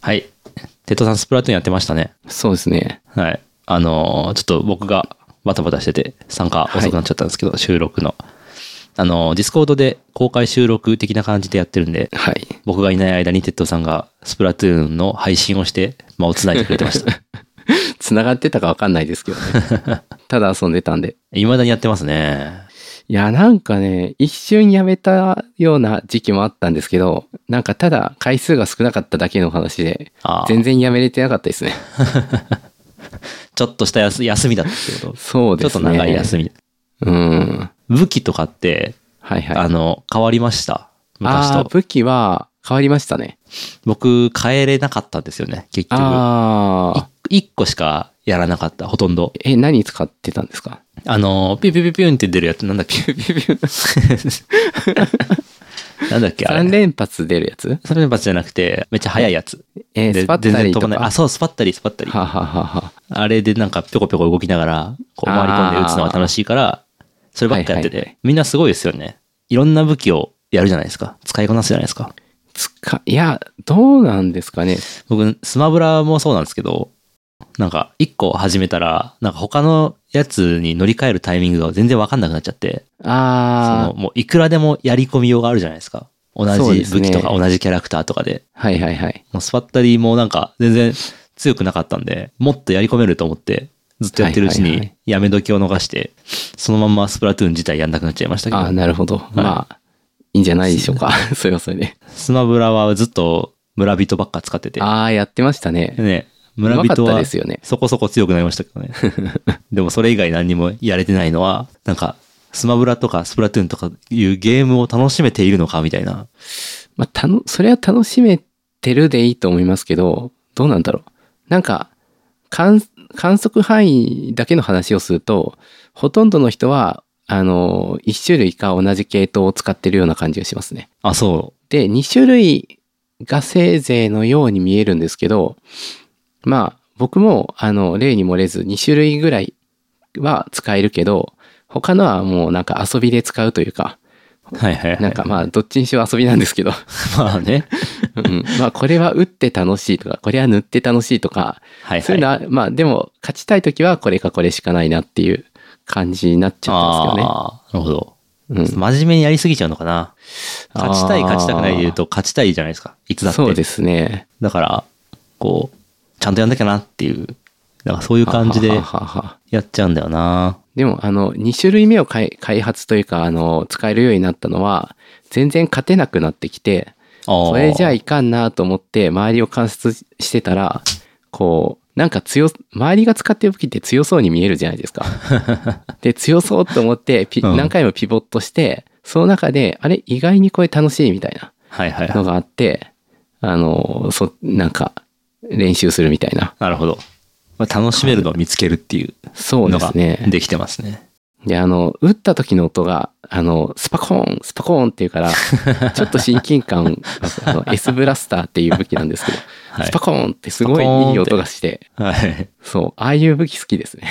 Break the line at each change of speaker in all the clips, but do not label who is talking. はい。テトさん、スプラトゥーンやってましたね。
そうですね。
はい。あのーちょっと僕がバタバタしてて参加遅くなっちゃったんですけど、収録の。あのーディスコードで公開収録的な感じでやってるんで、
はい。
僕がいない間にテッドさんがスプラトゥーンの配信をして、まあ、をつないでくれてま した。
繋がってたかわかんないですけどね。 ただ遊んでたんで。
未だにやってますね。
いや、なんかね、一瞬やめたような時期もあったんですけど、なんかただ回数が少なかっただけの話で、
ああ、
全然やめれてなかったですね。
ちょっとした休休みだったってこと。
そ
ちょ
うで
っと
すね。
長い休み。
うん。
武器とかって、
はいはい。
あの、変わりました。昔
あー
と。
武器は変わりましたね。
僕、変えれなかったんですよね、結局。
ああ。
1個しかやらなかった、ほとんど。
え、何使ってたんですか
あの、ピュピュピュピュンって出るやつ、なんだっけなんだっけあ
?3
れ。
連発出るやつ
それの罰じゃなくて、めっちゃ速いやつ。
えー
で
スパッタリと
全然飛
か。
ばない。あ、そう、スパッタリ、スパッタリ。
はははは。
あれでなんかぴょこぴょこ動きながら、こう回り込んで打つのが楽しいから、そればっかやってて、
はいはいは
みんなすごいですよね。いろんな武器をやるじゃないですか。使いこなすじゃないですか。
使、いや、どうなんですかね。
僕、スマブラもそうなんですけど、なんか一個始めたら、なんか他のやつに乗り換えるタイミングが全然わかんなくなっちゃって、そ
あ
のもういくらでもやり込みようがあるじゃないですか。同
そう
じ
です
武
ね
器とか同じキャラクターとかで。
あ、はいはいはい。
もうスパッタリーもなんか全然強くなかったんで、もっとやり込めると思って、ずっとやってるうち
はいはいは
に
い
やめ時を逃して、そのまんまスプラトゥーン自体やんなくなっちゃいましたけ
ああ、
ど、
なるほど。まあ、いいんじゃないでしょうか。 それはそれで。
スマブラはずっと村人ばっか使ってて、
ああ、やってましたね。
ね、
う
村
まか
人
った
は
ですよね。
そこそこ強くなりましたけ どね。でもそれ以外何にもやれてないのは、なんか、スマブラとかスプラトゥーンとかいうゲームを楽しめているのかみたいな。
まあ、たの、それは楽しめてるでいいと思いますけど、どうなんだろう。なんか、観、観測範囲だけの話をすると、ほとんどの人は、あの、1種類か同じ系統を使ってるような感じがしますね。
あ、そ
で、2種類がせいぜいのように見えるんですけど、まあ、僕も、あの、例に漏れず2種類ぐらいは使えるけど、他のはもうなんか遊びで使うというか、
う。はいはいはい。
なんか まあ、どっちにしろ遊びなんですけど、
まあね。
うんまあ、これは打って楽しいとか、これは塗って楽しいとか、
はいはい。
そういうのは、まあ、でも、勝ちたいときはこれかこれしかないなっていう感じになっちゃってま
ああ、なるほど。
すけどね。うん
真面目にやりすぎちゃうのかな。勝ちたい、
あー
勝ちたくないで言うと、勝ちたいじゃないですか。いつだって。
そうですね。
だから、こう、ちゃんとやんなきゃなっていう、なんかそういう感じで
ははははは
やっちゃうんだよな。
でも、あの、2種類目を開開発というか、あの、使えるようになったのは、全然勝てなくなってきて、
そ
それじゃいかんなと思って、周りを観察してたら、こう、なんか強、周りが使ってる武器って強そうに見えるじゃないです か。で、強そうと思って、ピ
うん
何回もピボットして、その中で、あれ、意外にこれ楽しいみたいな
はいはいは
の
い。
があって、あの、そ、なんか、練習するみたいな。
なるほど。まあ楽しめるのを見つけるっていう
そう
の
で
が
すね。
できてますね。
で、あの、打った時の音が、あの、スパコーン、スパコーンってい うから、ちょっと親近感、あの、S ブラスターっていう武器なんですけど、
はい
スパコーンってすごいいい音がして、
はい。
そう、ああいう武器好きですね。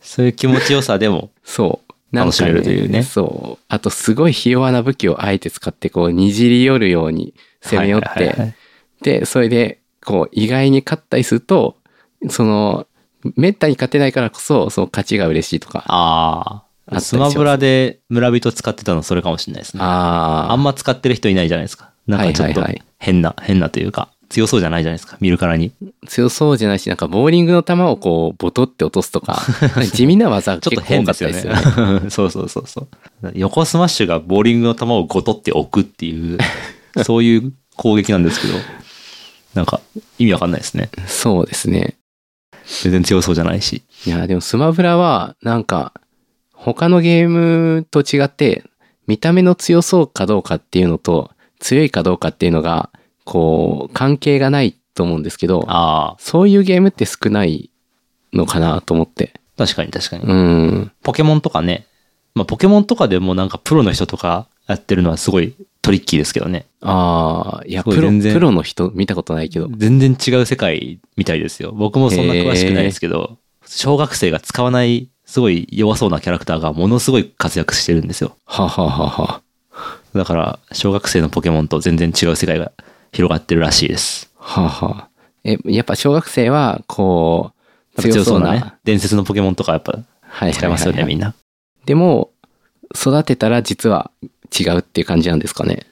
そういう気持ちよさでも、
そう。なん
楽し
か
めるというね
そう。あと、すごいひ弱な武器をあえて使って、こう、にじり寄るように 攻め寄って、
はいはいはいはい
で、それで、こう、意外に勝ったりすると、その、めったに勝てないからこそ、その勝ちが嬉しいとか。
あ
あった
あ。
りし
ス
ま
マ
す
ブラで村人使ってたのそれかもしれないですね。
あ
あんま使ってる人いないじゃないですか。なんかちょっと
はいはいはい
変な、変なというか、強そうじゃないじゃないですか。見るからに。
強そうじゃないし、なんかボーリングの球をこう、ボトって落とす とか、地味な技が
ちょっ
結
と
構
変
多か
で
っ
す
た
よ
で
ね
すよ ね。。
そうそうそうそう。横スマッシュがボーリングの球をゴトって置くって いう、そういう攻撃なんですけど、なんか意味わかんないですね。
そうですね。
全然強そうじゃないし。
いや、でもスマブラは、なんか、他のゲームと違って、見た目の強そうかどうかっていうのと、強いかどうかっていうのが、こう、関係がないと思うんですけど、
ああ、
そういうゲームって少ないのかなと思って。
確かに確かに。
うん。
ポケモンとかね。まあポケモンとかでもなんかプロの人とかやってるのはすごいトリッキーですけどね。
ああ、いや、
すごい
プロ、
全然
プロの人見たことないけど。
全然違う世界みたいですよ。僕もそんな詳しくないですけど、小学生が使わないすごい弱そうなキャラクターがものすごい活躍してるんですよ。
はははは。
だから、小学生のポケモンと全然違う世界が広がってるらしいです。
はあ、はあ、え、やっぱ小学生は、こう、強
強
そ
そうう
な。
なね。伝説のポケモンとかやっぱ
はい
使いますよね、みんな。
でも、育てたら実は違うっていう感じなんですかね。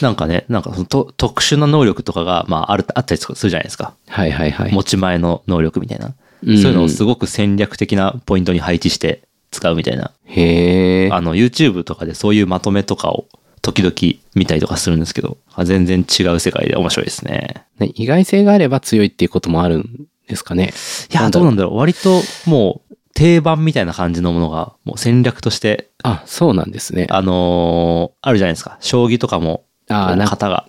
なんかね、なんかそのと特殊な能力とかが、まあ、ある、あったりするじゃないですか。
はいはいはい。
持ち前の能力みたいな。
そう
そういうのをすごく戦略的なポイントに配置して使うみたいな。
へえ。
あの、YouTube とかでそういうまとめとかを時々見たりとかするんですけど、あ全然違う世界で面白いですね。
ね意外性があれば強いっていうこともあるんですかね。
いや、どうなんだろう。割ともう定番みたいな感じのものが、もう戦略として、
あ、そうなんですね。
あのーあるじゃないですか。将棋とかも、
あーなんか
型が。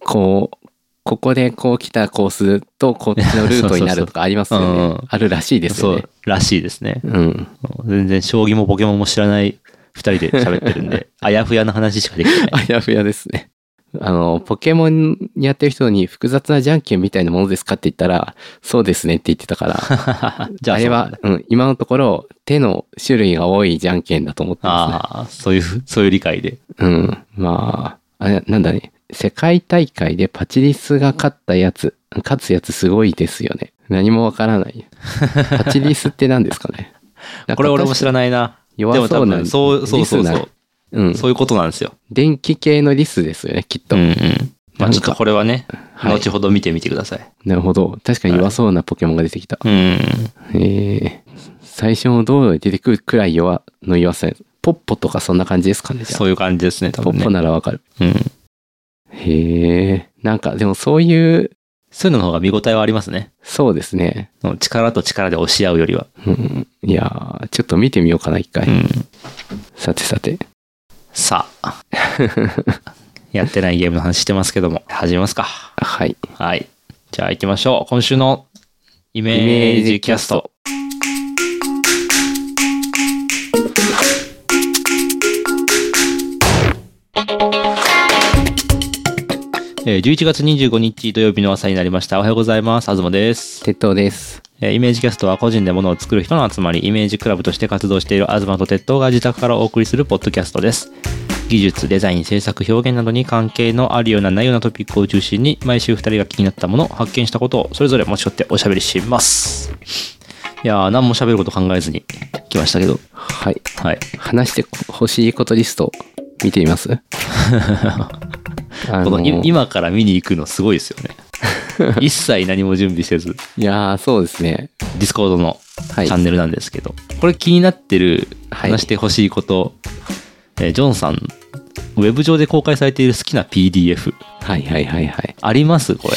こう、ここでこう来たコースとこっちのルートになるとかありますよね。
そうそうそううん
あるらしいです
そ
よね
う。、らしいですね。
うん。
全然将棋もポケモンも知らない二人で喋ってるん で、あやふやな話しかできてない。
あやふやですね。あの、ポケモンやってる人に複雑なじゃんけんみたいなものですかって言ったら、そうですねって言ってたから、
じゃあ、
あれ
そう
は、うん、今のところ手の種類が多いじゃんけんだと思ってま
ああ、そういうふ、そういう理解で。
すね。うん。まあ、あれ、なんだね。世界大会でパチリスが勝ったやつ、勝つやつすごいですよね。何もわか らない。パチリスって何ですかね。
これ俺も知ら
ない。
ないな。で
弱
も
そ
多
うな
分、そう、そうそう
リス
そ
な
う。
うん。
そういうことなんですよ。
電気系のリスですよね、きっと。
うんうん。まあ
なんか
ちょっとこれはね、
はい
後ほど見てみてください。
なるほど。確かに弱そうなポケモンが出てきた。
うん。
えー最初の道路に出てくるくらい弱の弱さ。ポッポとかそんな感じですかね、じゃあ
そういう感じですね、多
ポ
分
ッ
ね
ポ。ならわかる。
うん。
へえ。なんか、でもそういう、
そういうのの方が見応えはありますね。
そうですね。
その力と力で押し合うよりは。
うん、いやー、ちょっと見てみようかな、一回。
うん。
さてさて。
さ あ。やってないゲームの話してますけども、始めますか。
はい。
はい。じゃあ行きましょう。今週のイメージキャスト。えー11月25日土曜日の朝になりました。おはようございます。東です。
鉄塔です。
えーイメージキャストは個人で物を作る人の集まり、イメージクラブとして活動している東と鉄塔が自宅からお送りするポッドキャストです。技術、デザイン、制作、表現などに関係のあるようなないようなトピックを中心に、毎週2人が気になったもの、発見したことをそれぞれ持ち寄っておしゃべりします。いやー、何も喋ること考えずに来ましたけど。
はい。
はい。
話してほしいことリスト、見て みますあ
こ
の
のい
ー
今から見に行くのすごいですよ ね。一切何も準備せず、
いやー、そうですね。
ディスコードの
はい
チャンネルなんですけど、これ気になってる
はい
話してほしいこと、えージョンさんウェブ上で公開されている好きな PDF
はいはいはいはい。
ありますこれ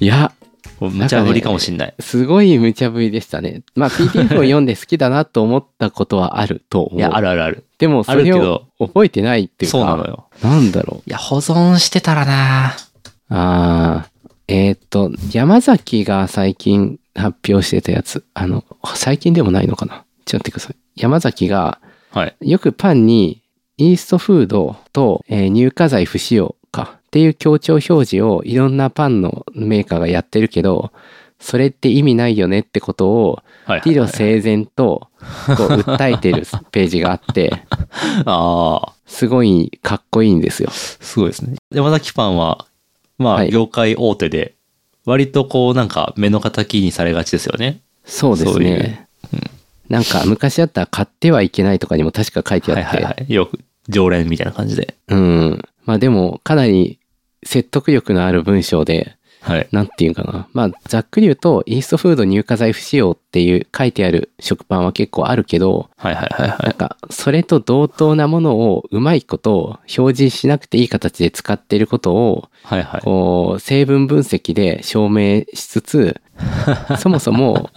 いや、
これ無茶ぶりかもしんない
すごい無茶ぶりでしたね。まあ、PDF を読んで好きだなと思ったことはあると思う。
いやあ
る。
るあるある
でも、そ
あ
れ
るけ
を覚えてないっていうか。
そうなのよ
なんだろう。
いや保存してたらな
ああ、えっ、と、山崎が最近発表してたやつ。あの、最近でもないのかな。ちょっと待ってください。山崎が、
はい
よくパンに、イーストフードと、えー乳化剤不使用かっていう強調表示をいろんなパンのメーカーがやってるけど、それって意味ないよねってことを、
はいはい
理路整然と こう訴えてるページがあって、
ああ
すごいかっこいいんですよ。
すごいですね山崎パンはまあ、
はい
業界大手で割とこうなんか目の敵にされがちですよね
そうです
そういう
ね。なんか昔あった買ってはいけないとかにも確か書いてあ
は
って、
いはいはいよく常連みたいな感じで
うん。まあでもかなり説得力のある文章で、
はい
なんていうかな。まあざっくり言うと、イーストフード乳化剤不使用っていう書いてある食パンは結構あるけど、
はいはいはいは
なん
い
かそれと同等なものをうまいこと表示しなくていい形で使っていることを
はいはい
こう、成分分析で証明し つつ、そもそも、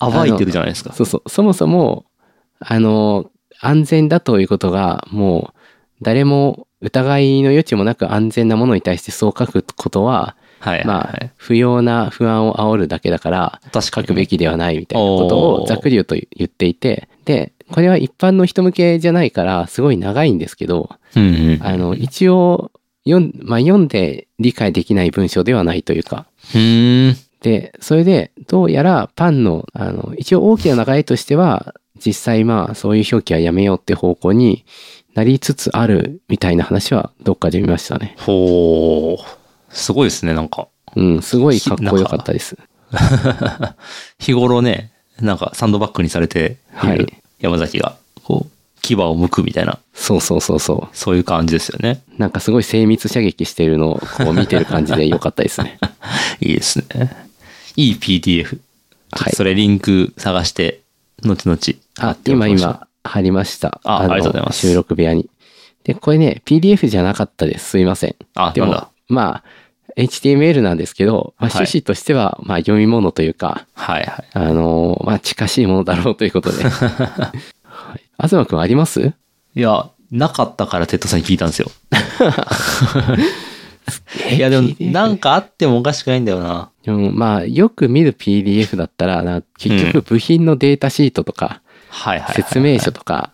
暴いてるじゃないですか
そうそう、そもそも、あの、安全だということが、もう、誰も疑いの余地もなく安全なものに対してそう書くことは、
はいはい
ま
は
あ
い、
不要な不安を煽るだけだから、
確か
書
に
くべきではないみたいなことを
おー
ざっくり言うと言っていて、で、これは一般の人向けじゃないから、すごい長いんですけど、
うんうん
あの、一応、読ん、まあ、読んで理解できない文章ではないというか。
うーん
で、それで、どうやらパンの、あの、一応大きな流れとしては、実際まあ、そういう表記はやめようって方向になりつつあるみたいな話はどっかで見ましたね。
ほう。すごいですね、なんか。
うん、すごいかっこよかった です。
日頃ね、なんかサンドバッグにされてい
は
る
い
山崎が、こう、牙を剥くみたいな、
そうそうそうそ
そういう感じですよね。
う。なんかすごい精密射撃してるのをこう見てる感じでよかったです ね。
いいですね。いい PDF。
はい
それリンク探して、後々貼
あ
っ、ておき
今
ましょう。
今貼りました。
あ
の
ありがとうございます
収録部屋に。で、これね、PDF じゃなかったです。すいません。
あ、
で
なん
も
だ。、
まあ、HTML なんですけど、まあ、
はい
趣旨としては、まあ、読み物というか、
はいはい。
あのーまあ、近しいものだろうということ で。はい、東くんありま
い
す
や、なかったからテッドさんに聞いたんですよ。 いや、でも、なんかあってもおかしくないんだよな。
でもまあ、よく見る PDF だったら、な結
う
局部品のデータシートとか、
はいはいはい。
説明書とか、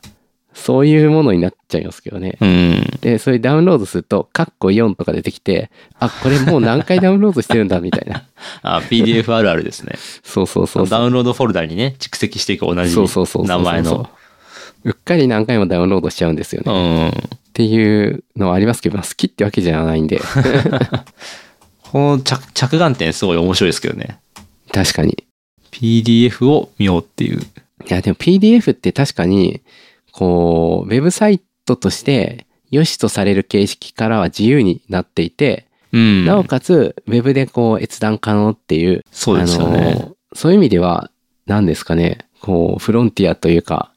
そういうものになっちゃいますけどね。
うん。
で、それダウンロードすると、カッコ4とか出てきて、あ、これもう何回ダウンロードしてるんだ、みたい な。
あ、PDF あるあるですね。
そうそう そうそう。
ダウンロードフォルダにね、蓄積していく同じ
そうそうそうそうそう
名前の。
うっかり何回もダウンロードしちゃうんですよね。
うん。
っていうのはありますけど、まあ好きってわけじゃないん で。
この着着眼点すごい面白いですけどね。
確かに。
PDF を見ようっていう。
いや、でも PDF って確かに、こう、ウェブサイトとして、良しとされる形式からは自由になっていて、
うん。
なおかつ、ウェブでこう、閲覧可能っていう、
そうですよ
あ
ね。
のそういう意味では、何ですかね、こう、フロンティアというか、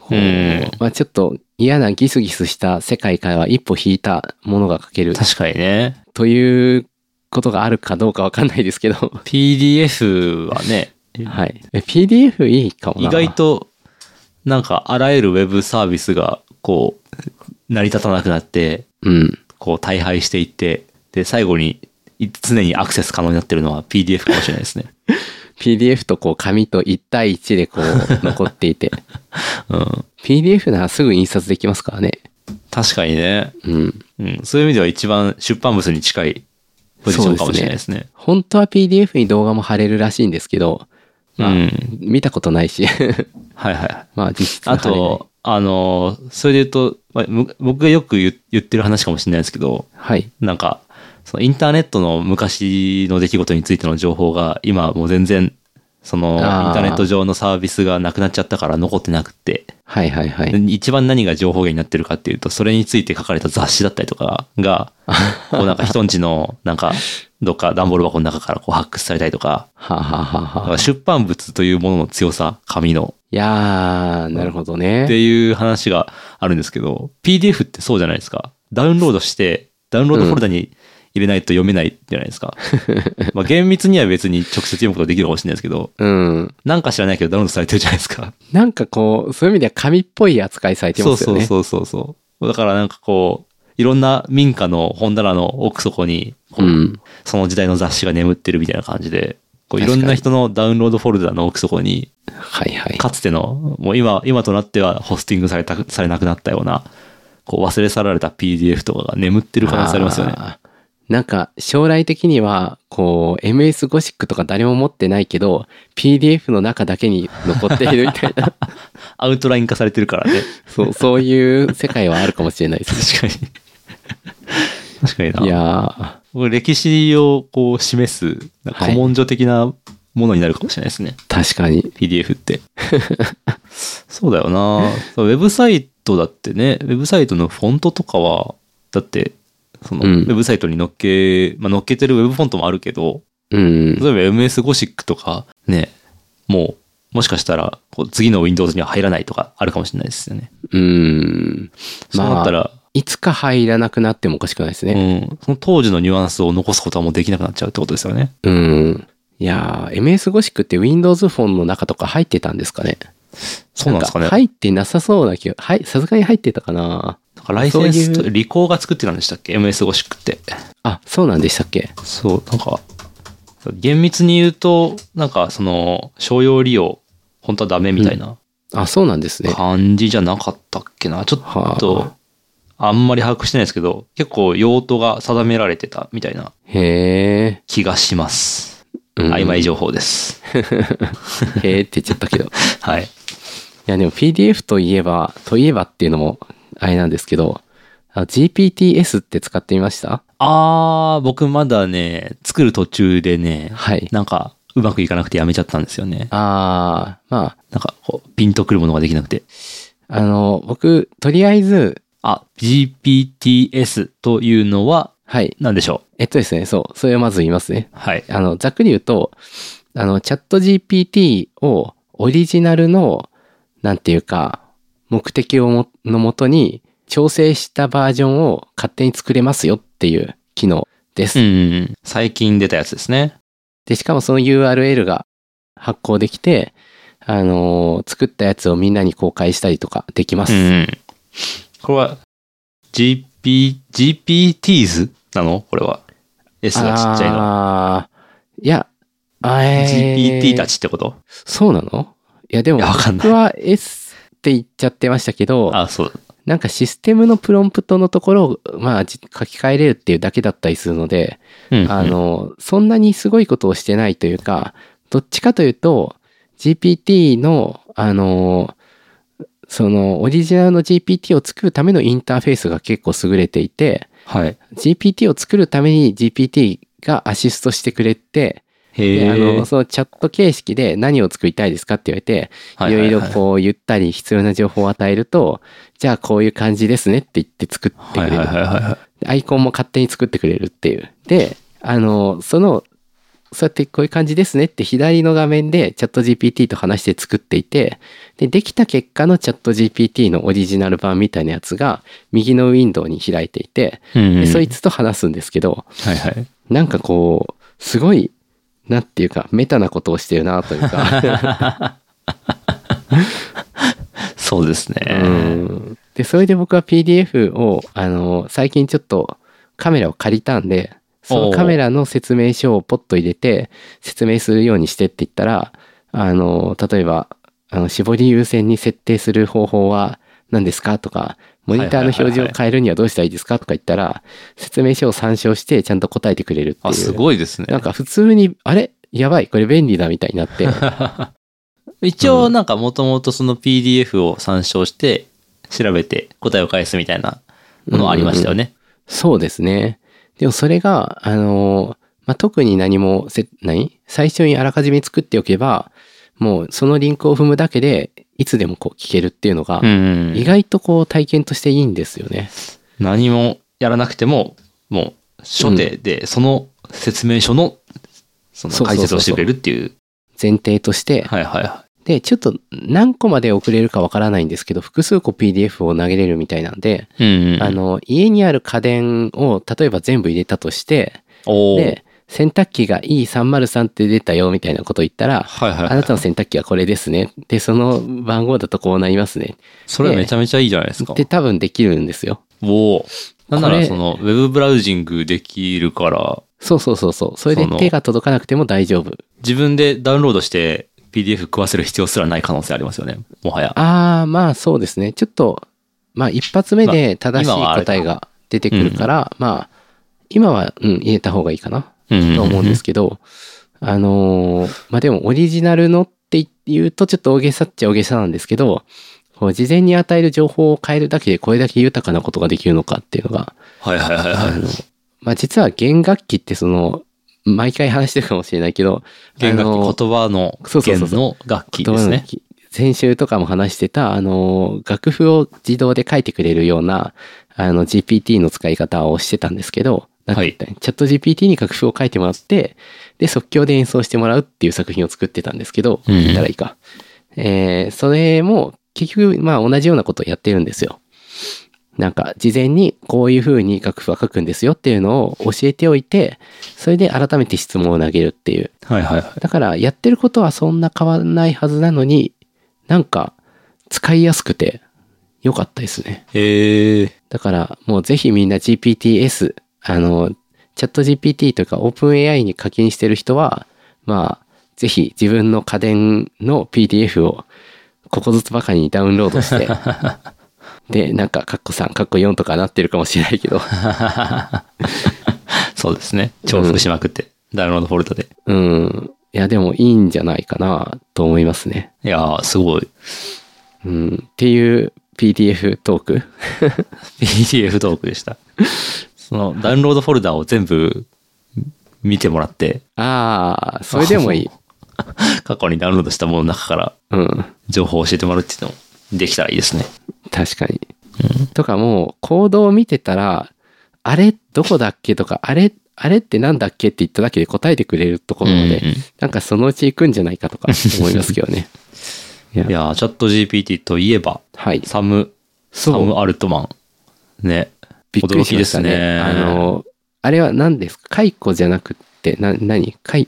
こう
うん
まあちょっと嫌なギスギスした世界からは一歩引いたものが書ける
確かにね。
ということがあるかどうかわかんないですけど、は
PDF はね、
い。え PDF いいかもな。
意外。と、なんかあらゆるウェブサービスが、こう、成り立たなくなって、
うん。
こう、大敗していって、で、最後に、い常にアクセス可能になってるのは PDF かもしれないですね。
PDF とこう紙と1対1で こう残っていて。
うん。
PDF ならすぐ印刷できますからね。
確かにね。
うん。
うん。そういう意味では一番出版物に近いポジションかもしれないですね。
本当は PDF に動画も貼れるらしいんですけど、まあ
うん
見たことないし。
はいはいはい。
まあ実質貼
あ
れない
と、あの、それで言うと、まあむ僕がよく言言ってる話かもしれないですけど、
はい。
なんか、そのインターネットの昔の出来事についての情報が今もう全然、そのイン
あー
ターネット上のサービスがなくなっちゃったから残ってなくて、
はいはいはい。
一番何が情報源になってるかっていうと、それについて書かれた雑誌だったりとか が、こうなんか人んちの、なんか、どっか段ボール箱の中からこう発掘されたりとか、
はあ、はあはあ
だ
は
か
あ
ら、出版物というものの強さ、紙の、
いやー、なるほどね。
っていう話があるんですけど、PDF ってそうじゃないですか。ダウンロードして、ダウンロードフォルダに入れないと読めないじゃないです か。まあ厳密には別に直接読むことできるかもしれないですけど、
うん。
なんか知らないけどダウンロードされてるじゃないですか。
なんかこう、そういう意味では紙っぽい扱いされて
そう
ますよ
そう
ね。
そうそうそう。だからなんかこう、いろんな民家の本棚の奥底に、こう
うん
その時代の雑誌が眠ってるみたいな感じで、こういろん
確か
な
に
人のダウンロードフォルダの奥底に、
はいはい。
かつての、もう今、今となってはホスティングされた、されなくなったような、こう忘れ去られた PDF とかが眠ってる可能性ありますよね。
あーなんか将来的にはこう MS ゴシックとか誰も持ってないけど PDF の中だけに残っているみた いな
アウトライン化されてるからね。
そうそういう世界はあるかもしれない です。
確かに。確かにな。
いや
これ歴史をこう示す、なんか
はい
古文書的なものになるかもしれないですね。
ー確かに
PDF って。そうだよな。そうウェブサイトだってね、ウェブサイトのフォントとかは、だって、その、
うん
ウェブサイトに載っけ、まあ、載っけてるウェブフォントもあるけど、
うん
例えば MS ゴシックとか、ね、もう、もしかしたら、こう次の Windows には入らないとかあるかもしれないですよね。
うん
そうなったら、
いつか入らなくなってもおかしくないですね。
うん、その当時のニュアンスを残すことはもうできなくなっちゃうってことですよね。
うんいやー MS ゴシックって Windows フォンの中とか入ってたんですかね
そうなんですかね。
入ってなさそうな気がはいさすがに入ってたかな
なんかライセンス
そう
と、
いう
リコーが作ってたんでしたっけ ?MS ゴシックって。
あそうなんでしたっけ
そう、なんか、厳密に言うと、なんかその、商用利用、本当はダメみたいな
あそうなんですね
感じじゃなかったっけな。ちょっと
は、
あんまり把握してないですけど、結構用途が定められてたみたいな
へえ
気がします。
うん
曖昧情報です。
へえって言っちゃったけど。い
はい。
や、でも PDF といえば、といえばっていうのも、あれなんですけど、あの GPTS って使ってみました
あー、僕まだね、作る途中でね、
はい。
なんか、うまくいかなくてやめちゃったんですよね。
ああ、まあ、
なんか、こう、ピンとくるものができなくて。
あの、僕、とりあえず、
あ、GPTS というのは、
はい。
何でしょ
えっとですね、そう、それをまず言いますね。
うはい。
あの、ざっくり言うと、あの、チャット GPT をオリジナルの、なんていうか、目的をも、のもとに調整したバージョンを勝手に作れますよっていう機能です。
うん。最近出たやつですね。
で、しかもその URL が発行できて、あのー作ったやつをみんなに公開したりとかできます。
ん。これは、GP、GPTs なのこれは。S がちっちゃいの。
あーいや、あえー
GPT たちってこと
そうなのいや、でも
いやわかんない
僕は S って言っちゃってましたけど、
あ、そう。
なんかシステムのプロンプトのところを、まあ、じ書き換えれるっていうだけだったりするので、
うん。
あ、の、そんなにすごいことをしてないというか、どっちかというと、GPT の、あの、その、オリジナルの GPT を作るためのインターフェースが結構優れていて、
はい。
GPT を作るために GPT がアシストしてくれて、
へ
で
え。
あの、そのチャット形式で何を作りたいですかって言われて、
はい
ろいろ
う。
こう言ったり必要な情報を与えると、じゃあこういう感じですねって言って作って
は
く
い
れ
はい
る
はい。は
でアイコンも勝手に作ってくれるっていう。で、あの、その、そうやってこういう感じですねって左の画面でチャット GPT と話して作っていて、で、できた結果のチャット GPT のオリジナル版みたいなやつが右のウィンドウに開いていて、
い。うんう
で
ん。
そいつと話すんですけど、
はいはい。
なんかこう、すごい、なんていうか、メタなことをしてるなという か、
そうですね。
うんで、それで僕は PDF を、あの、最近ちょっとカメラを借りたんで、そのカメラの説明書をポッと入れて、説明するようにしてって言ったら、あの、例えば、あの、絞り優先に設定する方法は何ですかとか、モニターの表示を変えるにはどうしたらいいですかとか言ったら、説明書を参照してちゃんと答えてくれるっていう。
あ、すごいですね。
なんか普通に、あれやばい、これ便利だみたいになって。
一応なんかもともとその PDF を参照して調べて答えを返すみたいなものありましたよね。
そうですね。でもそれが、あの、まあ、特に何もせ、何最初にあらかじめ作っておけば、もうそのリンクを踏むだけで、いつでもこう聞けるっていうのが、
うん
意外とこう体験としていいんですよね。
何もやらなくても、もう初手でその説明書のその
そうそう
解
そうそう
説をしてくれるっていう。
前提として。
はいはいは
で、ちょっと何個まで送れるかわからないんですけど、複数個 PDF を投げれるみたいなんで、
い。うんうん
あの、家にある家電を例えば全部入れたとして、
おー
で、洗濯機が E303 って出たよみたいなこと言ったら、
はい はいはい。
あなたの洗濯機はこれですね。で、その番号だとこうなりますね。
それはめちゃめちゃいいじゃないですか。
で、多分できるんですよ。
おーなんな
こ
ら
れ
そのウェブブラウジングできるから、
そうそうそうそう。それで
その
手が届かなくても大丈夫。
自分でダウンロードして PDF 食わせる必要すらない可能性ありますよね。もはや。
ああ、まあそうですね。ちょっと、まあ一発目で正しい
まあ今はあれだ
答えが出てくるから、まあ、今は、うん、入れた方がいいかな
うんうんうん
と思うんですけど、あのーまあでもオリジナルのって言うとちょっと大げさっちゃ大げさなんですけど、こう事前に与える情報を変えるだけでこれだけ豊かなことができるのかっていうのが、
はいはいはい
あ
はい。
の、まあ、実は弦楽器ってその、毎回話してるかもしれないけど、
弦楽
あの
器、言葉の
そうそう
弦
そうそう
の楽器ですね。
言葉の先週とかも話してた、あの、楽譜を自動で書いてくれるような、あの、GPT の使い方をしてたんですけど、なんて言ったらいいチャット GPT に楽譜を書いてもらって、で、即興で演奏してもらうっていう作品を作ってたんですけど、
うん
言ったらいいか。えーそれも、結局、まあ、同じようなことをやってるんですよ。なんか、事前にこういう風に楽譜は書くんですよっていうのを教えておいて、それで改めて質問を投げるっていう。
はいはいはい。
だからやってることはそんな変わらないはずなのに、なんか使いやすくて良かったですね。
へえ。
だからもうぜひみんな GPTS、あの、チャット GPT というか OpenAI に課金してる人は、まあ、ぜひ自分の家電の PDF をここずつばかりにダウンロードして、で、なんか、カッコ3、カッコ4とかなってるかもしれないけど、
そうですね。重複しまくって、ダウンロードフォルダで。
うん。いや、でもいいんじゃないかなと思いますね。
いやー、すごい。
うん。っていう PDF トーク
PDF トークでした。 そのダウンロードフォルダを全部見てもらって、
ああ、それでもいい。
過去にダウンロードしたものの中から
うん。
情報を教えてもらうっていうのもできたらいいですね。
確かに。とかもう、行動を見てたら、あれ、どこだっけとか、あれ、あれってなんだっけって言っただけで答えてくれるところなので、
うんうん
なんかそのうち行くんじゃないかとか思いますけど ね。いや
いやー、チャット GPT といえば、
はい。
サム、サ
そう
ム・アルトマン。ね。
びっくりしましたね。
驚きですね
あの、あれは何ですか解雇じゃなくって、な、何解、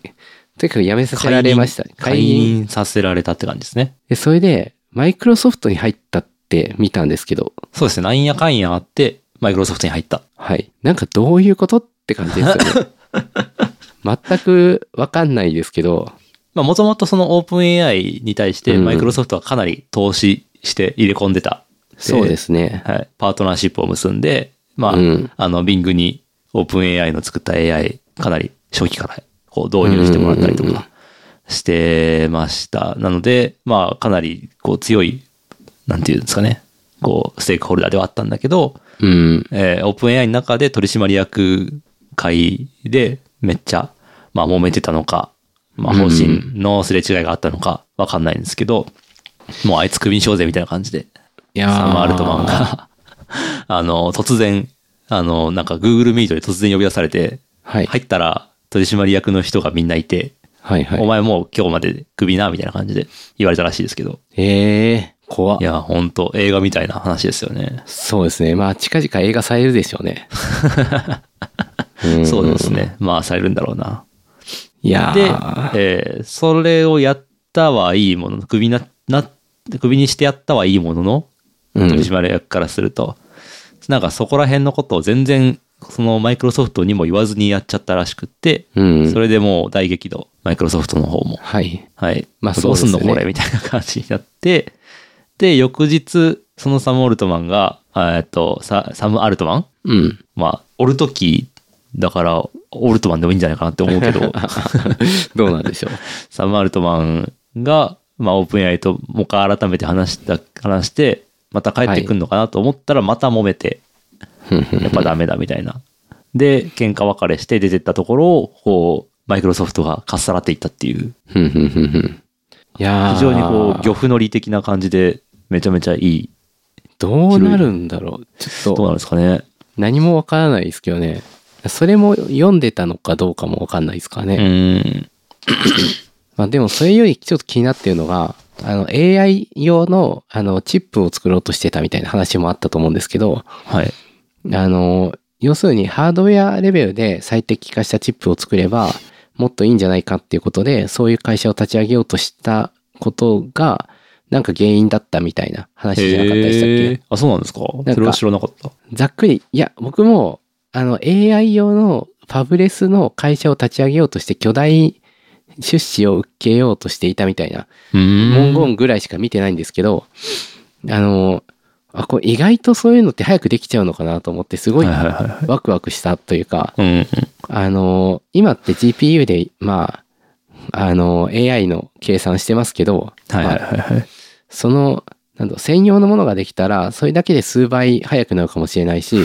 とにかく辞めさせられました。
解任させられたって感じですね。
でそれで、マイクロソフトに入ったって見たんですけど、
そうですね。なんやかんやあって、マイクロソフトに入った。
はい。なんかどういうことって感じ ですよね。全くわかんないですけど、
まあ、もともとそのオープン AI に対して、
うん
マイクロソフトはかなり投資して入れ込んでた。
そうですね。
はい。パートナーシップを結んで、まあ、
うん
あの、Bing にオープン AI の作った AI、かなり初期からこう導入してもらったりと
うんうんうん
かしてました。なので、まあ、かなりこう強い、なんていうんですかね、こう、ステークホルダーではあったんだけど、
うん。
えーオープン AI の中で取締役会でめっちゃ、まあ、揉めてたのか、まあ、方針のすれ違いがあったのかわかんないんですけど、もうあいつ首にしようぜみたいな感じで、
いやー
サム・アルトマン。が、 あの、突然、あの、なんか Google Meet で突然呼び出されて、
はい。は
入ったら取締役の人がみんないて、
いはい。
お前もう今日まで首な、みたいな感じで言われたらしいですけど、
ええー、怖っ
いや、ほんと映画みたいな話ですよね。
そうですね。まあ、近々映画されるでしょうね。うん
そうです。ね。まあ、されるんだろうな。
いや
で
ー、
えーそれをやったはいいものの、首な、な、首にしてやったはいいものの、
うん
取締役からすると、なんかそこら辺のことを全然、そのマイクロソフトにも言わずにやっちゃったらしくって、
うん。
それでもう大激怒、マイクロソフトの方も。
はい。
はい。
まあ
どうすんの
そうですよね
これみたいな感じになって、で、翌日、そのサム・オルトマンが、あえっと、ササム・アルトマン
うん。
まあ、オルトキーだから、オルトマンでもいいんじゃないかなって思うけ ど、
どうなんでしょう。
サム・アルトマンが、まあ、オープン AI ともう一回改めて話した、話して、また帰ってくんのかなと思ったら、また揉めて、やっぱダメだみたい な。で、喧嘩別れして出てったところを、こう、マイクロソフトがかっさらっていったっていう、
ふんふんふんふんいやー
非常にこう、漁夫の利的な感じで、めちゃめちゃいい。
どうなるんだろう。ち
ど
ょっ
うな
と
んですかね。
何もわからないですけどね。それも読んでたのかどうかもわかんないですからね。
うん。
まあでもそれよりちょっと気になってるのが、あの AI 用のあのチップを作ろうとしてたみたいな話もあったと思うんですけど、
はい。
あの、要するにハードウェアレベルで最適化したチップを作れば、もっといいんじゃないかっていうことで、そういう会社を立ち上げようとしたことが、なんか原因だったみたいな話じゃなかったでしたっけ
へーあ、そうなんですか
か
それは知らなかった。
ざっくり、いや、僕も、あの、AI 用のファブレスの会社を立ち上げようとして、巨大出資を受けようとしていたみたいな、文
文
言ぐらいしか見てないんですけど、あの、あ、これ意外とそういうのって早くできちゃうのかなと思って、すごい
はいはいはいは
ワクワクしたというか、
い。うん。
あの、今って GPU で、まあ、あの、AI の計算してますけど、
はいはい
まあ
はいはい。
その、なんだろう専用のものができたら、それだけで数倍早くなるかもしれな いし、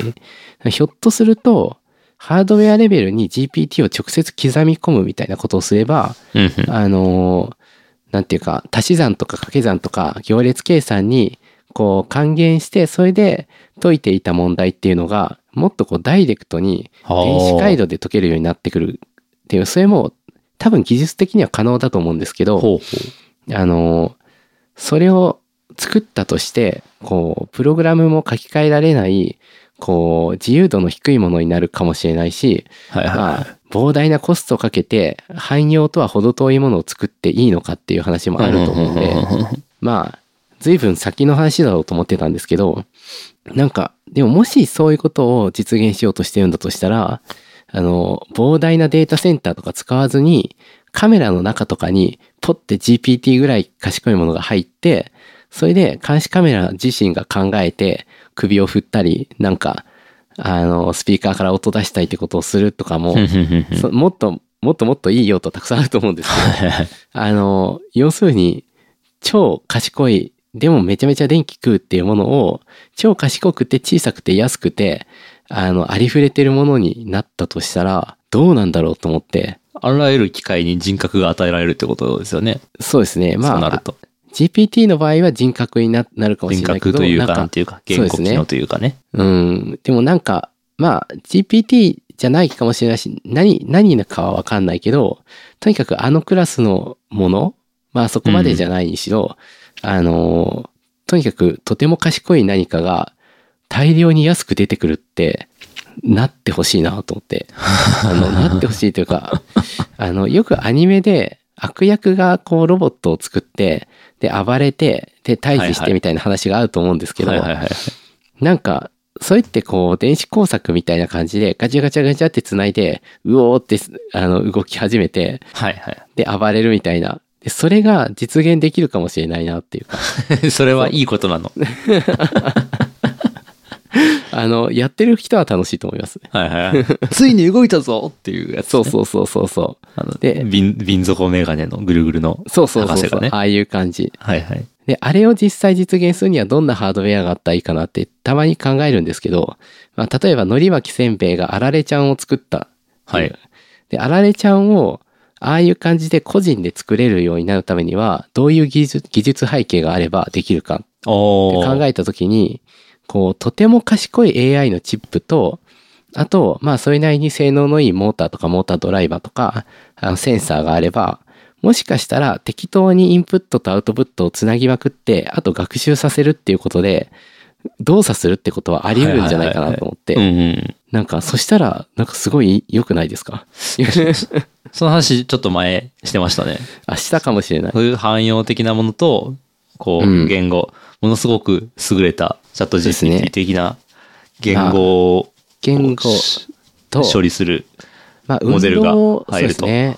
ひょっとすると、ハードウェアレベルに GPT を直接刻み込むみたいなことをすれば、
うんうん
あのーなんていうか、足し算とか掛け算とか行列計算に、こう還元して、それで解いていた問題っていうのが、もっとこうダイレクトに電子回路で解けるようになってくるっていう、それも多分技術的には可能だと思うんですけど、
ほうほ
あの、それを作ったとして、こう、プログラムも書き換えられない、こう、自由度の低いものになるかもしれないし、
う。はいはい。
まあ、膨大なコストをかけて、汎用とは程遠いものを作っていいのかっていう話もあると思うので、まあ、随分先の話だろうと思ってたんですけど、なんか、でももしそういうことを実現しようとしてるんだとしたら、あの、膨大なデータセンターとか使わずに、カメラの中とかに、ポッて GPT ぐらい賢いものが入って、それで監視カメラ自身が考えて、首を振ったり、なんか、あの、スピーカーから音出したりってことをするとかも、そもっと、もっともっといい用途たくさんあると思うんですけど、あの、要するに、超賢い、でもめちゃめちゃ電気食うっていうものを、超賢くて小さくて安くて、あの、ありふれてるものになったとしたら、どうなんだろうと思って、
あらゆる機会に人格が与えられるってことですよね。
そうですね。ま
そうな
あ
る、と。
GPT の場合は人格にななるかもし
人
れない
格
けど、
というか、
な
なんん
か
ていうか、
そう
言
です
語
ね
機能というかね。
うん、でもなんか、まあ、GPT じゃないかもしれないし、何、何かはわかんないけど、とにかくあのクラスのもの、まあそこまでじゃないにしろ、あの、とにかくとても賢い何かが大量に安く出てくるって、なってほしいなと思って。あ の、なってほしいというか、あの、よくアニメで悪役がこうロボットを作って、で、暴れて、で、退治してみたいな話があると思うんですけど、
はいはいはい。
なんか、それってこう、電子工作みたいな感じで、ガチャガチャガチャって繋いで、うおーってす、あの、動き始めて、
はいは
で、暴れるみたいな。で、それが実現できるかもしれないなっていうか、
い。それはいいことなの。
あの、やってる人は楽しいと思います。
はいはい。ついに動いたぞっていうやつ。
そうそうそうそうそう。
あの、
で
瓶、瓶底メガネのぐるぐるの。
そうそうそう
博士
そ
が
う、
ね
ああいう感じ。
はいはい。
で、あれを実際実現するにはどんなハードウェアがあったらいいかなってたまに考えるんですけど、まあ、例えば、のり巻きせんべいがあられちゃんを作ったってう
はい。
で、あられちゃんを、ああいう感じで個人で作れるようになるためには、どういう技術、技術背景があればできるかって
おー
考えたときに、こう、とても賢い AI のチップと、あと、まあ、それなりに性能のいいモーターとかモータードライバーとか、あのセンサーがあれば、もしかしたら適当にインプットとアウトプットをつなぎまくって、あと学習させるっていうことで、動作するってことはあり得るんじゃないかなと思って、
うんうん。
なんか、そしたら、なんかすごい良くないですか
その話ちょっと前してましたね。
明日かもしれない。
そういう汎用的なものと、こ
う
う、
ん
言語、ものすごく優れたチャット
ですね
GPT 的な言語を
言語と、
処理する。
まあ、
モデルが
運動を
入ると
そうですね。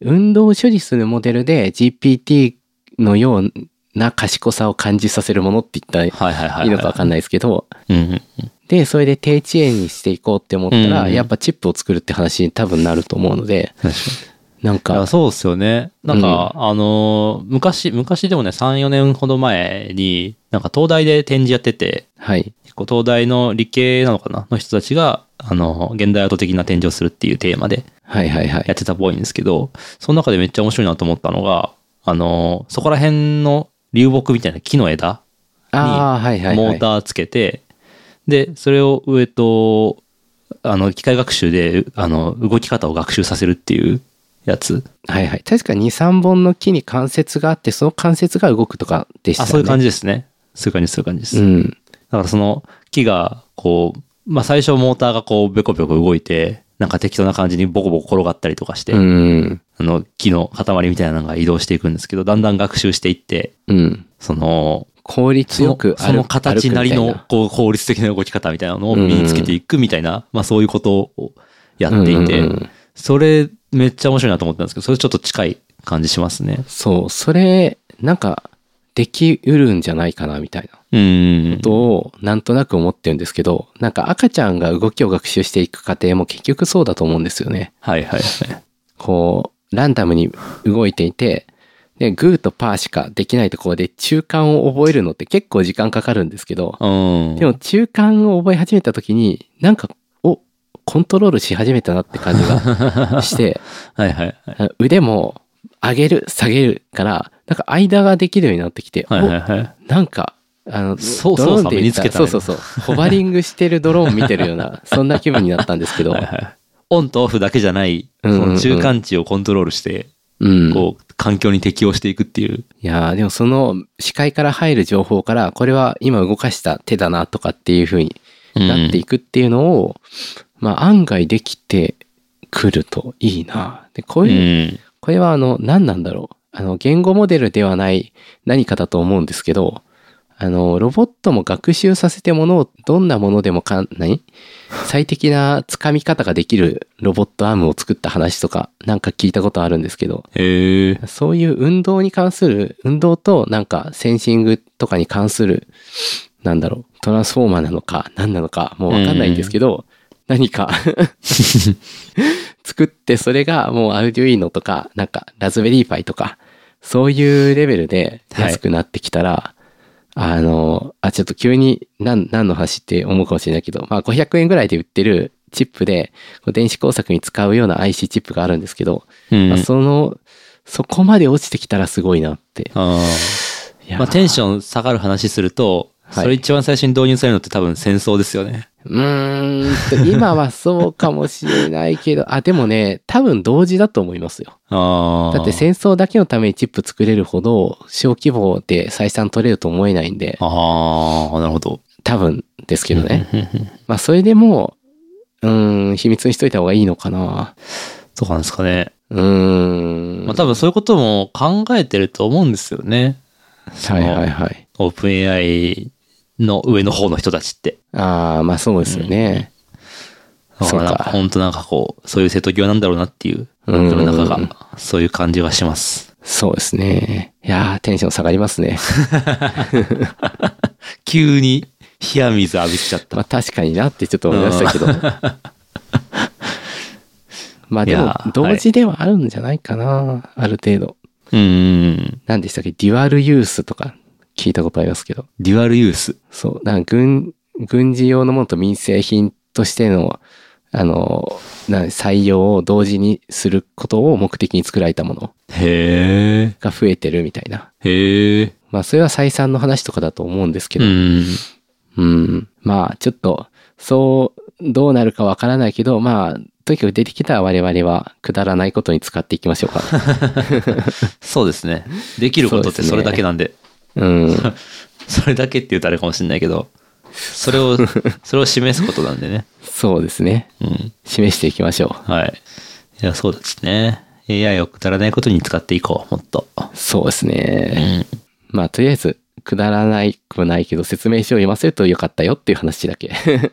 運動を処理するモデルで GPT のような賢さを感じさせるものって言ったら
はいはいはいはい。
いいのかわかんないですけど、
うんうん。
で、それで低遅延にしていこうって思ったら、
うん
やっぱチップを作るって話に多分なると思うので、
確か
なん
にいや
か、
そうですよね。なんか、あのー、昔、昔でもね、3、4年ほど前に、なんか東大で展示やってて、
はい。
結構東大の理系なのかなの人たちが、あの、現代アート的な展示をするっていうテーマで
はいはいは
や
い。
ってたっぽいんですけど、その中でめっちゃ面白いなと思ったのが、あの、そこら辺の流木みたいな木の枝、
ああ、はいはいはい。
モーターつけて、で、それを上と、あの、機械学習で、あの、動き方を学習させるっていうやつ。
はいはい。確か2、3本の木に関節があって、その関節が動くとかでした
あ、
よね。
そういう感
じ
じですね。そういう感じ、そういう感じです。
うん。
だからその木がこう、まあ最初モーターがこうベコベコ動いて、なんか適当な感じにボコボコ転がったりとかして、
うん。
あの木の塊みたいなのが移動していくんですけど、だんだん学習していって、
うん。
その、
効率
そ
よ
の
く歩く
その形なり
歩くみ
の
たいな
こう効率的な動き方みたいなのを身につけていくみたいな、まあそういうことをやっていて、
うんうんうん
それめっちゃ面白いなと思ったんですけど、それちょっと近い感じしますね。
そう、それ、なんか、できうるんじゃないかな、みたいなこ
うん。
とを、なんとなく思ってるんですけど、なんか赤ちゃんが動きを学習していく過程も結局そうだと思うんですよね。
はいはいはい。
こう、ランダムに動いていて、で、グーとパーしかできないところで中間を覚えるのって結構時間かかるんですけど、
うん。
でも中間を覚え始めた時に、なんか、お、コントロールし始めたなって感じ がして、
はいはいはい。
あの腕も上げる、下げるから、なんか間ができるようになってきて、
はいはいはい。
おなんか、あの、
そう
ドローン
操作身
で言
に
った
つ
ら
けたね
そうそうそう。ホバリングしてるドローン見てるよ うな、そんな気分になったんですけど
は、いはい、オンとオフだけじゃない、そ
うんうんうん
の中間値をコントロールして、
うん。
こう、環境に適応していくっていう。
いやーでもその視界から入る情報から、これは今動かした手だなとかっていう風になっていくっていうのを、まあ案外できてくるといいな。で、こういう、
ん。
これはあの、何なんだろう。あの、言語モデルではない何かだと思うんですけど、あの、ロボットも学習させてものをどんなものでもかん、何最適な掴み方ができるロボットアームを作った話とか、なんか聞いたことあるんですけど、
へえ。
そういう運動に関する、運動となんかセンシングとかに関する、なんだろう、トランスフォーマーなのか、何なのか、もうわかんないんですけど、何か、作って、それがもうアウデュイーノとか、なんかラズベリーパイとか、そういうレベルで
はい
安くなってきたら、あの、あ、ちょっと急に何、何の話って思うかもしれないけど、まあ500円ぐらいで売ってるチップで、こう電子工作に使うような IC チップがあるんですけど、
うん
まあ、その、そこまで落ちてきたらすごいなって。
あ
い
ー
やー
まあ、テンション下がる話すると、
はい
それ一番最初に導入されるのって多分戦争ですよね。
うーんと、今はそうかもしれないけど、あ、でもね、多分同時だと思いますよ。
ああ。
だって戦争だけのためにチップ作れるほど、小規模で採算取れると思えないんで、
ああ、なるほ ど。
多分ですけどね。
うんうんうん
まあ、それでも、うーん、秘密にしといた方がいいのかな。
そうなんですかね。
うーん。
まあ、多分そういうことも考えてると思うんですよね。そ
は
の
いはいはい。
オープン AI の上の方の人たちって。
ああ、まあそうですよね。
だからなん
そう
か
か
本当なんかこう、そういう瀬戸際なんだろうなっていう、世
うん
の中が、そういう感じはします。
そうですね。いやー、テンション下がりますね。
急に冷や水浴びきちゃった。
まあ確かになってちょっと思いましたけど。 まあで
い
も
やー、
同時ではあるんじゃないかな、ある程度。
うん。
何でしたっけデュアルユースとか聞いたことありますけど。
デュアルユース。
そう、なんか軍、軍事用のものと民生品としての、あの、な採用を同時にすることを目的に作られたもの
へ
が増えてるみたいな。
え。へえ。
まあ、それは採算の話とかだと思うんですけ
う
ど、
ん。
うん。まあ、ちょっと、そう、どうなるかわからないけど、まあ、とにかく出てきた我々は、くだらないことに使っていきましょうか。
そうですね。できることってそれだけなんで。
うん。
それだけって言うとあれかもしれないけど、それ を、それを示すことなんでね。
そうですね。
うん。
示していきましょ
はい。いや、そうですね。AI をくだらないことに使っていこう、もっと。
う。そうです
う
ね。
ん。
まあ、とりあえず、くだらないくもないけど、説明書を読ませるとよかったよっていう話だけ。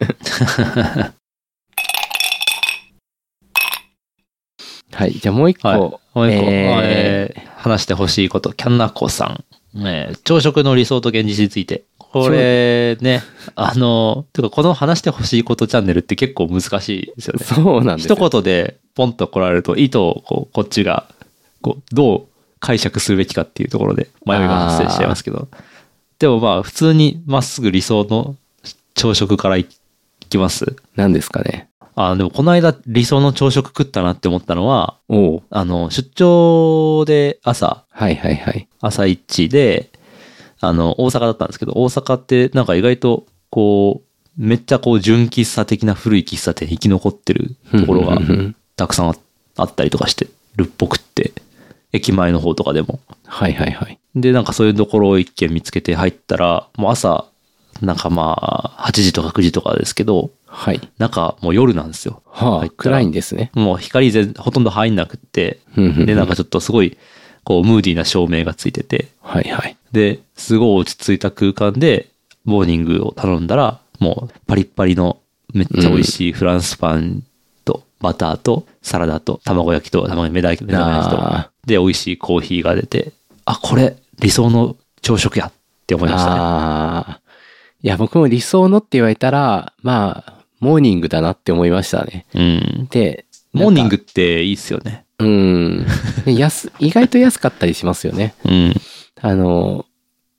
はい。じゃあもう一個。
はい。もう一個、
え
えー話してほしいこと、キャンナコさん。えー朝食の理想と現実について。これね、あの、てかこの話してほしいことチャンネルって結構難しいですよ
ー
ね。
そうなんです
一
よ
言でポンと来られると、意図をこうこっちが、こう、どう解釈するべきかっていうところで迷いが発生しちゃいますけど。でもまあ、普通にまっすぐ理想の朝食からいきます。
何ですかね。
あでもこの間理想の朝食食ったなって思ったのは、
おう
あの、出張で朝、
はいはいはい。
朝一で、あの、大阪だったんですけど、大阪ってなんか意外と、こう、めっちゃこう、純喫茶的な古い喫茶店生き残ってるところが
うんうんうん
たくさんああったりとかしてるっぽくって、駅前の方とかでも。
はいはいはい。
で、なんかそういうところを一軒見つけて入ったら、もう朝、なんかまあ、8時とか9時とかですけど、
はい。
中もう夜なんですよ。
は
入っ
あ、
たら
暗いんですね。
もう光全ほとんど入んなくって、で、
で
なんか、ちょっとすごい、こう、ムーディーな照明がついてて、
はいはい。
で、すごい落ち着いた空間で、モーニングを頼んだら、もう、パリッパリの、めっちゃ美味しいフランスパンと、バターと、サラダと、卵焼きと、卵目玉目玉焼きと
あ、
で、美味しいコーヒーが出て、あ、これ、理想の朝食やって思いましたね。
ああ。いや、僕も理想のって言われたら、まあ、モーニングだなって思いましたね。
うん。
で、なん
モ
か
ーニングっていいっすよね。
うん。で 安、意外と安かったりしますよね。
うん。
あの、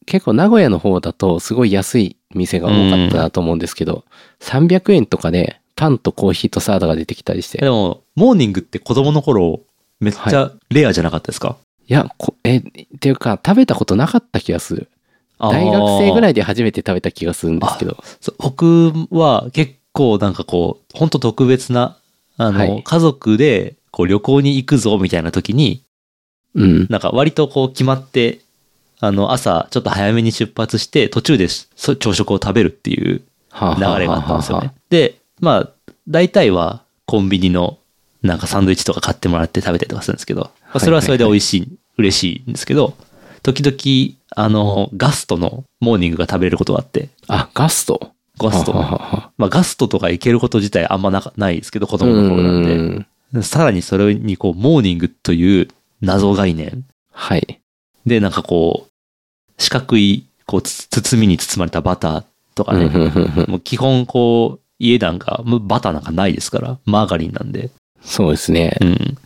結構名古屋の方だとすごい安い店が多かったなと思うんですけど、300円とかでパンとコーヒーとサラダが出てきたりして
で。も、モーニングって子供の頃、めっちゃレアじゃなかったですか、
いや、こえ、っていうか食べたことなかった気がする。大学生ぐら
い
いで初めて食べた気がするんですけど。
そう僕は結構なんかこう、本当特別な、あの、
はい
家族でこう旅行に行くぞみたいな時に、
うん。
なんか割とこう決まって、あの朝ちょっと早めに出発して途中でそ朝食を食べるっていう
は
流れがあったんですよ
は
ね。で、まあ大体はコンビニのなんかサンドイッチとか買ってもらって食べたりとかするんですけど、まあそれはそれで美味しい、嬉しいんですけど、時々あのガストのモーニングが食べれることがあって、
あははあ、ガスト。
ガスト
はははは
まあ、ガストとか行けること自体あんまなかないですけど、子供の頃なんで。
うん
さらにそれにこう、モーニングという謎概念。
はい。
で、なんかこう、四角い、こう、つ包みに包まれたバターとかね。
うんうんうんうん
もう基本こう、家なんか、もうバターなんかないですから、マーガリンなんで。
そうですね。
うん。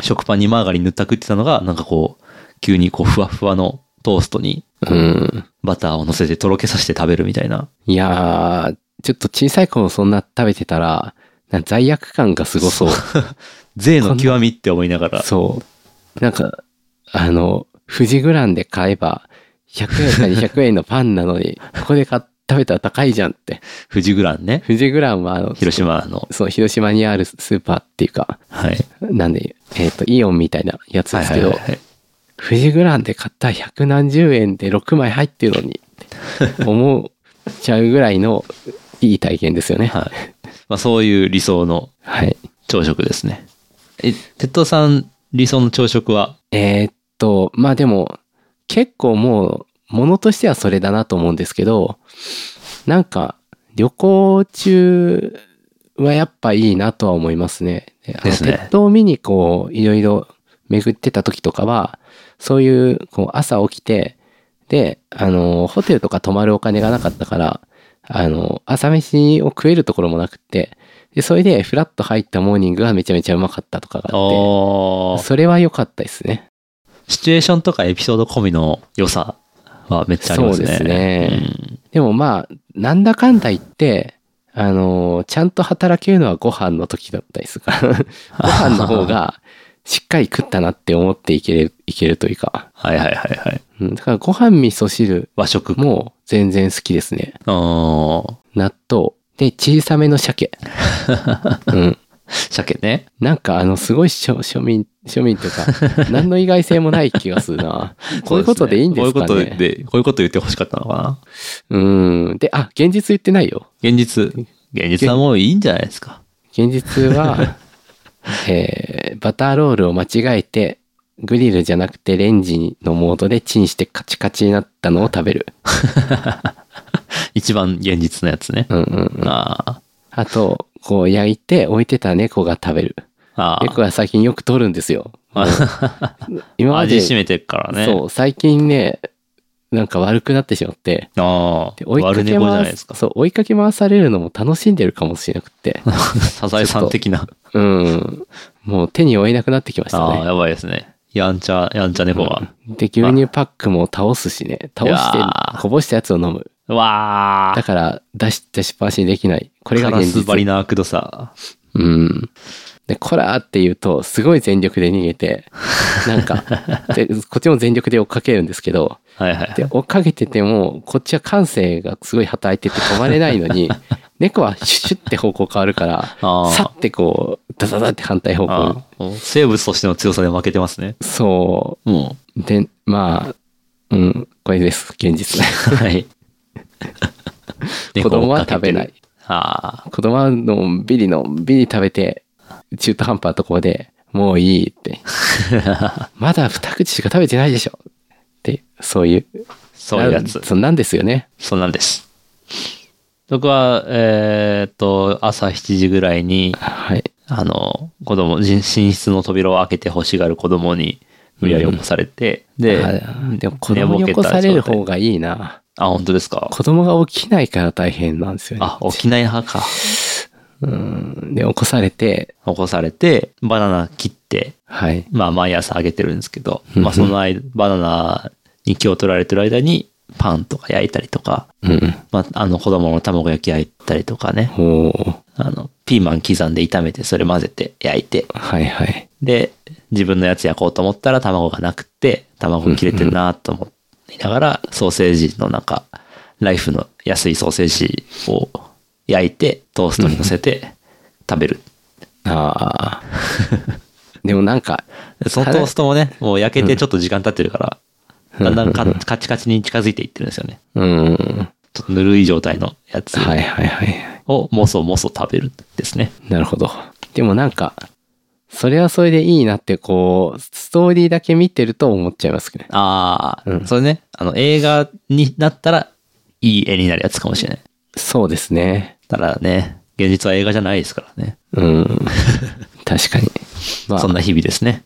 食パンにマーガリン塗ったくってたのが、なんかこう、急にこう、ふわふわのトーストに
うん。
バターを乗せてとろけさせて食べるみたいな。
いやー、ちょっと小さい頃そんな食べてたら、なんか罪悪感がすごそう。
税の極みって思いながら。
そう。なんか、あの、富士グランで買えば、100円か200円のパンなのに、ここで買っ食べたら高いじゃんって。
富士グランね。
富士グランは、あの、
広島の。
そう、広島にあるスーパーっていうか、
はい。
なんで、えっ、と、イオンみたいなやつですけ
は
ど
いはい、はいはい
富士グランで買ったら1何十円で6枚入ってるのに、思っちゃうぐらいのいい体験ですよね。
はい。まあそういう理想の
はい。
朝食ですね。え、鉄道さん、理想の朝食は
えーっと、まあでも、結構もう、ものとしてはそれだなと思うんですけど、なんか、旅行中はやっぱいいなとは思いますね。あの
ですね
鉄塔見にこう、いろいろ巡ってた時とかは、そういう、こう、朝起きて、で、あの、ホテルとか泊まるお金がなかったから、あの、朝飯を食えるところもなくって、で、それで、フラッと入ったモーニングがめちゃめちゃうまかったとかがあって、
おー
それは良かったですね。
シチュエーションとかエピソード込みの良さはめっちゃありますね。
そうですね
うん
でもまあ、なんだかんだ言って、あのーちゃんと働けるのはご飯の時だったりするから、ご飯の方。がしっかり食ったなって思っていける、いけるというか、
はいはいはいはい。
うん、だからご飯味噌汁
和食も。
も全然好きですね。
おー
納豆。で、小さめの鮭。うん。
鮭ね。
なんかあの、すごい庶庶民、庶民というか、何の意外性もない気がするな。こういうことでいいんですかね
こういうことで、こういうこと言ってほしかったのかな。
うん。で、あ、現実言ってないよ。
現実。現実はもういいんじゃないですか。
現実 は、えーバターロールを間違えて、グリルじゃなくてレンジのモードでチンしてカチカチになったのを食べる。
一番現実のやつね。
うんうんうん。
あ
あと、こう焼いて置いてた猫が食べる。
あ。あ
猫が最近よく取るんですよ。
あ。
今まで、
味しめてっからね。
そう、最近ね、なんか悪くなってしまって、
あ
で
あ。悪猫じゃ
回
ないです か。
そう、追いかけ回されるのも楽しんでるかもしれなく て。
サザエさん的な。
うん。もう手に負えなくなってきました
あ
ね
あ、。やばいですね。やんちゃ、やんちゃ猫が。
で、牛乳パックも倒すしね。倒して
いや、ー
こぼしたやつを飲む。
わ
だ
あ。
から、出し、出しっぱなしにできない。こ
こ
れが現
バリ
実。
なくどさ。
うん。で、こらーって言うと、すごい全力で逃 げて、なんか、で、こっちも全力で追っかけるんですけど、
はいはい。
で、追っかけてても、こっちは感性がすごい働いてて止まれないの に、猫はシュッシュって方向変わるから、
あー
さってこう、ダダダって反対方
あ
向。
あもう生物としての強さで負けてますね。
そ
も
う。で、まあ、うん、これです。現実。
う。はい。
子供は食べない。。
あ
子供はのんびりのんびり食べて、中途半端なところで、もういい って。
あ。
まだ二口しか食べてないでしょ。って、そういう。
そういうやつ
な。そうなんですよね。
そんなんです。僕は、えーっと、朝7時ぐらいに、
はい。
あの、子供、じ寝室の扉を開けて欲しがる子供に無理やり起こされて、で、
あでも子供に起こされる方がいいな。
あ、本当ですか。
子供が起きないから大変なんですよね。
あ、起きない派か。
うん。で、起こされて、
起こされて、バナナ切って、
はい。
まあ毎朝あげてるんですけど、
うん
まあその間、バナナに気を取られてる間に、パンとか焼いたりとか、
うん。
まあ、あの子供の卵焼き焼いたりとかね、
おー
あの、ピーマン刻んで炒めて、それ混ぜて焼いて、
はいはい。
で、自分のやつ焼こうと思ったら卵がなくって、卵切れてるなと思いながら、ソーセージの中、ライフの安いソーセージを焼いて、トーストに乗せて食べる。
ああ。 でもなんか、
でそのトーストもね、もう焼けてちょっと時間経ってるから、だんだんかカチカチに近づいていってるんですよね。
うん。は
ちょっとぬるい状態のやつ
いはいはい。
をもそもそ食べるですね。
なるほど。でもなんか、それはそれでいいなって、こう、ストーリーだけ見てると思っちゃいますね。
ああ、
うん
それね、あの映画になったらいい絵になるやつかもしれない。
そうですね。
ただね、現実は映画じゃないですからね。
うん。確かに。まあ
そん、な日々ですね。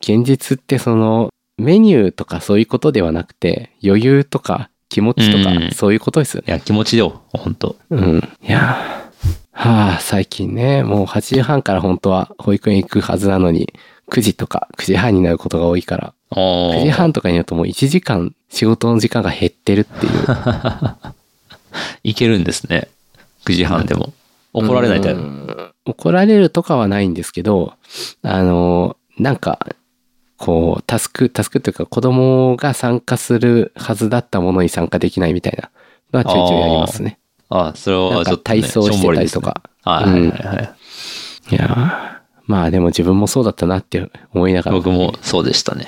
現実ってその、メニューとかそういうことではなくて、余裕とか気持ちと
うん
か、そういうことですよ
い
ね。
や、気持ちよ、本当
うん。いやーはあ、最近ね、もう8時半から本当は保育園行くはずなのに、9時とか9時半になることが多いから、
お
9時半とかになるともう1時間仕事の時間が減ってるっていう。
いけるんですね。9時半でも。怒られないタイ
う
プ。
ん怒られるとかはないんですけど、あの、なんか、こう、タスク、タスクっていうか子供が参加するはずだったものに参加できないみたいなのはちょいちょいありますね。
ああ、それ
なん
はちょ
か
っと、ね、
体操
ょ
し
んぼり
てた
で
り
す
と
ね。
か。
はいはいはいはい。
いやーまあでも自分もそうだったなって思いながら、
僕もそうでしたね。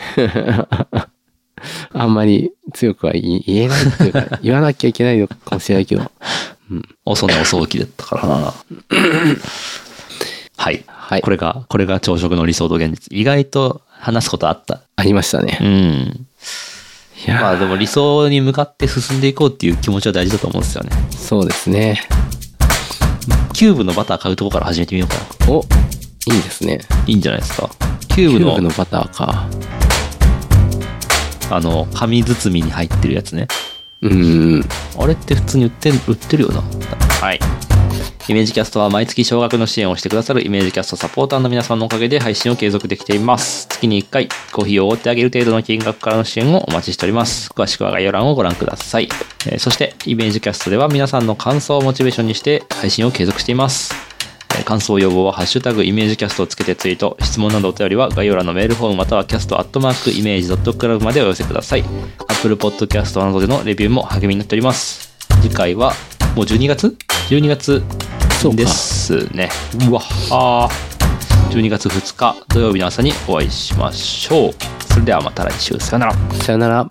あんまり強くは言い言えないっていうか、言わなきゃいけないのかもしれない けど。
遅寝遅起きだったから な。はい。
はい
こ。れが、これが朝食の理想と現実。意外と話すことあった。
ありました
う
ね。
ん。
いやー
まあでも理想に向かって進んでいこうっていう気持ちは大事だと思うんですよね。
そうですね。
キューブのバター買うとこから始めてみようかな。
お、いいですね。
いいんじゃないですか。キュー
キ
ブ
ュ
の、
ーブのバターか。
あの、紙包みに入ってるやつね。
うん。
あれって普通に売ってん売ってるよな。はい。イメージキャストは毎月少額の支援をしてくださるイメージキャストサポーターの皆さんのおかげで配信を継続できています。月に1回、コーヒーをおごってあげる程度の金額からの支援をお待ちしております。詳しくは概要欄をご覧ください。えーそして、イメージキャストでは皆さんの感想をモチベーションにして配信を継続しています。えー感想要望は「ハッシュタグイメージキャスト」をつけてツイート質問などお便りは概要欄のメールフォームまたはキャストアットマークイメージドットクラブまでお寄せください Apple Podcast などでのレビューも励みになっております次回はもう12月 ?12 月
そうか
ですねうわはー12月2日土曜日の朝にお会いしましょうそれではまた来週さよなら
さよなら。